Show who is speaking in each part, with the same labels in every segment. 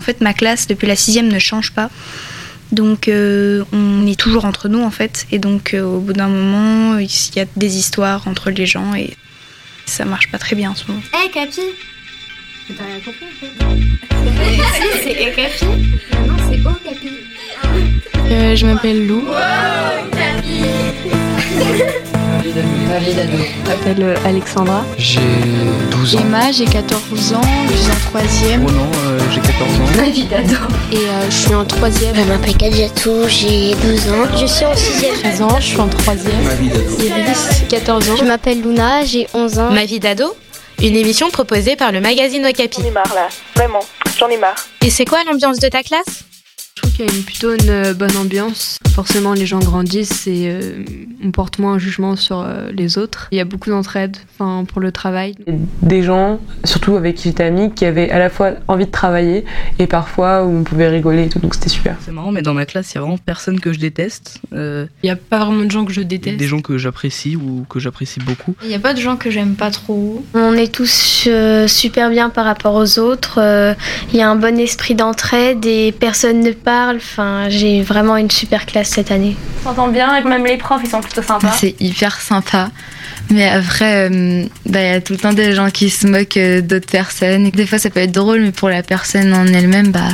Speaker 1: fait, ma classe, depuis la sixième, ne change pas. Donc euh, on est toujours entre nous en fait. Et donc euh, au bout d'un moment, il y a des histoires entre les gens et ça marche pas très bien en ce moment.
Speaker 2: Hé hey, Capi Mais t'as rien compris en fait. si, c'est Hé hey, Capi Non, c'est Oh Capi.
Speaker 3: Euh, je m'appelle Lou. Wow,
Speaker 2: Capi
Speaker 3: Je m'appelle Alexandra.
Speaker 4: J'ai 12 ans.
Speaker 3: Emma, j'ai 14 ans, je suis en 3
Speaker 4: Oh non, euh, j'ai 14 ans.
Speaker 2: Ma vie d'ado.
Speaker 3: Et euh, je suis en 3
Speaker 5: Je m'appelle Gadjatou, j'ai 12 ans.
Speaker 6: Je suis en 6 e
Speaker 3: 13 ans, je suis en 3
Speaker 4: Ma vie d'ado.
Speaker 3: Il y a 10, 14 ans.
Speaker 7: Je m'appelle Luna, j'ai 11 ans.
Speaker 8: Ma vie d'ado une émission proposée par le magazine Okapi.
Speaker 9: J'en ai marre là, vraiment, j'en ai marre.
Speaker 8: Et c'est quoi l'ambiance de ta classe
Speaker 3: je trouve qu'il y a une, plutôt une euh, bonne ambiance. Forcément, les gens grandissent et euh, on porte moins un jugement sur euh, les autres. Il y a beaucoup d'entraide pour le travail.
Speaker 10: Des gens, surtout avec qui j'étais amie, qui avaient à la fois envie de travailler et parfois où on pouvait rigoler et tout, donc c'était super.
Speaker 11: C'est marrant, mais dans ma classe, il n'y a vraiment personne que je déteste. Il
Speaker 3: n'y a pas vraiment de gens que je déteste.
Speaker 11: Des gens que j'apprécie ou que j'apprécie beaucoup.
Speaker 12: Il n'y a pas de gens que j'aime pas trop.
Speaker 13: On est tous euh, super bien par rapport aux autres. Euh, Il y a un bon esprit d'entraide et personne ne Enfin, j'ai vraiment une super classe cette année.
Speaker 14: On s'entend bien, même les profs, ils sont plutôt sympas.
Speaker 15: C'est hyper sympa. Mais après, il euh, bah, y a tout le temps des gens qui se moquent euh, d'autres personnes. Des fois, ça peut être drôle, mais pour la personne en elle-même, bah.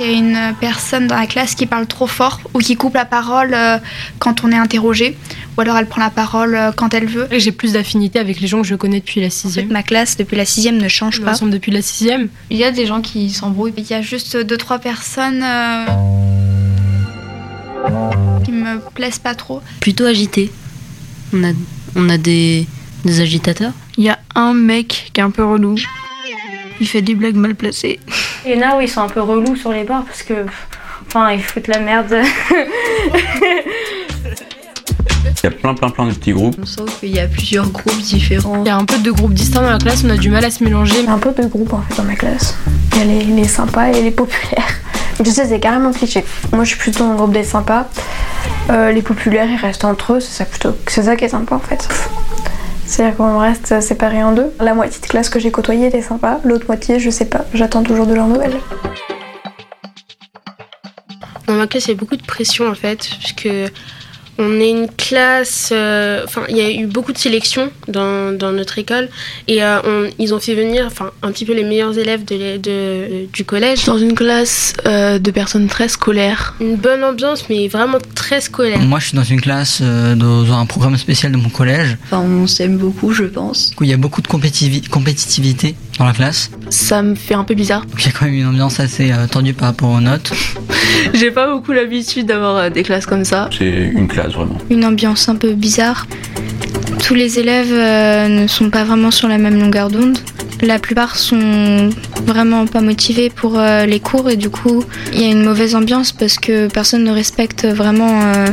Speaker 16: Il y a une personne dans la classe qui parle trop fort ou qui coupe la parole euh, quand on est interrogé, ou alors elle prend la parole euh, quand elle veut.
Speaker 3: J'ai plus d'affinité avec les gens que je connais depuis la sixième.
Speaker 1: En fait, ma classe depuis la sixième ne change pas.
Speaker 3: Ensemble depuis la sixième.
Speaker 12: Il y a des gens qui s'embrouillent. Il y a juste deux trois personnes euh, qui me plaisent pas trop.
Speaker 17: Plutôt agité. On a, on a des, des agitateurs.
Speaker 18: Il y a un mec qui est un peu relou. Il fait des blagues mal placées.
Speaker 14: Il y en a où ils sont un peu relous sur les bords parce que. Pff, enfin, ils foutent la merde.
Speaker 19: Il y a plein, plein, plein de petits groupes.
Speaker 20: On sent qu'il y a plusieurs groupes différents.
Speaker 3: Il y a un peu de groupes distincts dans la classe, on a du mal à se mélanger. Il y
Speaker 2: a un peu de groupes en fait dans ma classe. Il y a les, les sympas et les populaires. Je sais, c'est carrément cliché. Moi, je suis plutôt dans le groupe des sympas. Euh, les populaires, ils restent entre eux, c'est ça plutôt. C'est ça qui est sympa en fait. C'est-à-dire qu'on reste séparés en deux. La moitié de classe que j'ai côtoyée était sympa, l'autre moitié, je sais pas, j'attends toujours de leurs nouvelles.
Speaker 5: Dans ma classe, il y a beaucoup de pression en fait, puisque on est une classe. Euh, enfin, il y a eu beaucoup de sélections dans, dans notre école et euh, on, ils ont fait venir enfin, un petit peu les meilleurs élèves de, de, de, du collège.
Speaker 1: Dans une classe euh, de personnes très scolaires.
Speaker 5: Une bonne ambiance, mais vraiment très scolaire.
Speaker 3: Moi, je suis dans une classe, euh, dans un programme spécial de mon collège.
Speaker 6: Enfin, on s'aime beaucoup, je pense.
Speaker 3: Où il y a beaucoup de compétitivité dans la classe.
Speaker 6: Ça me fait un peu bizarre.
Speaker 3: Il y a quand même une ambiance assez euh, tendue par rapport aux notes.
Speaker 6: J'ai pas beaucoup l'habitude d'avoir euh, des classes comme ça.
Speaker 19: C'est une classe. Vraiment.
Speaker 7: Une ambiance un peu bizarre. Tous les élèves euh, ne sont pas vraiment sur la même longueur d'onde. La plupart sont vraiment pas motivés pour euh, les cours et du coup il y a une mauvaise ambiance parce que personne ne respecte vraiment euh,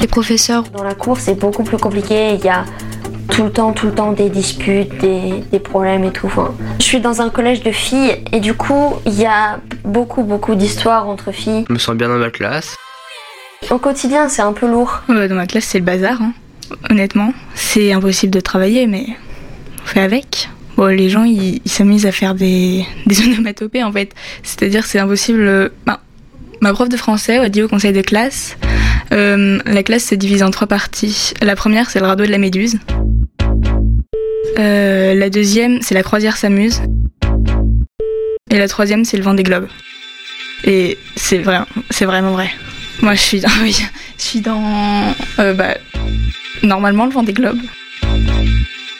Speaker 7: les professeurs. Dans la cour c'est beaucoup plus compliqué, il y a tout le temps, tout le temps des disputes, des, des problèmes et tout. Enfin, je suis dans un collège de filles et du coup il y a beaucoup beaucoup d'histoires entre filles.
Speaker 14: Je me sens bien dans ma classe.
Speaker 7: Au quotidien, c'est un peu lourd.
Speaker 21: Dans ma classe, c'est le bazar, hein. honnêtement. C'est impossible de travailler, mais on fait avec. Bon, les gens, ils s'amusent à faire des, des onomatopées, en fait. C'est-à-dire, c'est impossible. Ben, ma prof de français a dit au conseil de classe euh, la classe se divise en trois parties. La première, c'est le radeau de la méduse. Euh, la deuxième, c'est la croisière s'amuse. Et la troisième, c'est le vent des globes. Et c'est vrai, c'est vraiment vrai. Moi, je suis dans, oui, je suis dans euh, bah, normalement le Vendée Globe.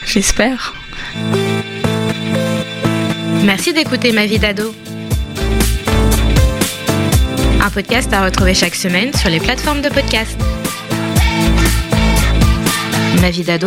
Speaker 21: J'espère.
Speaker 8: Merci d'écouter Ma vie d'ado. Un podcast à retrouver chaque semaine sur les plateformes de podcast. Ma vie d'ado,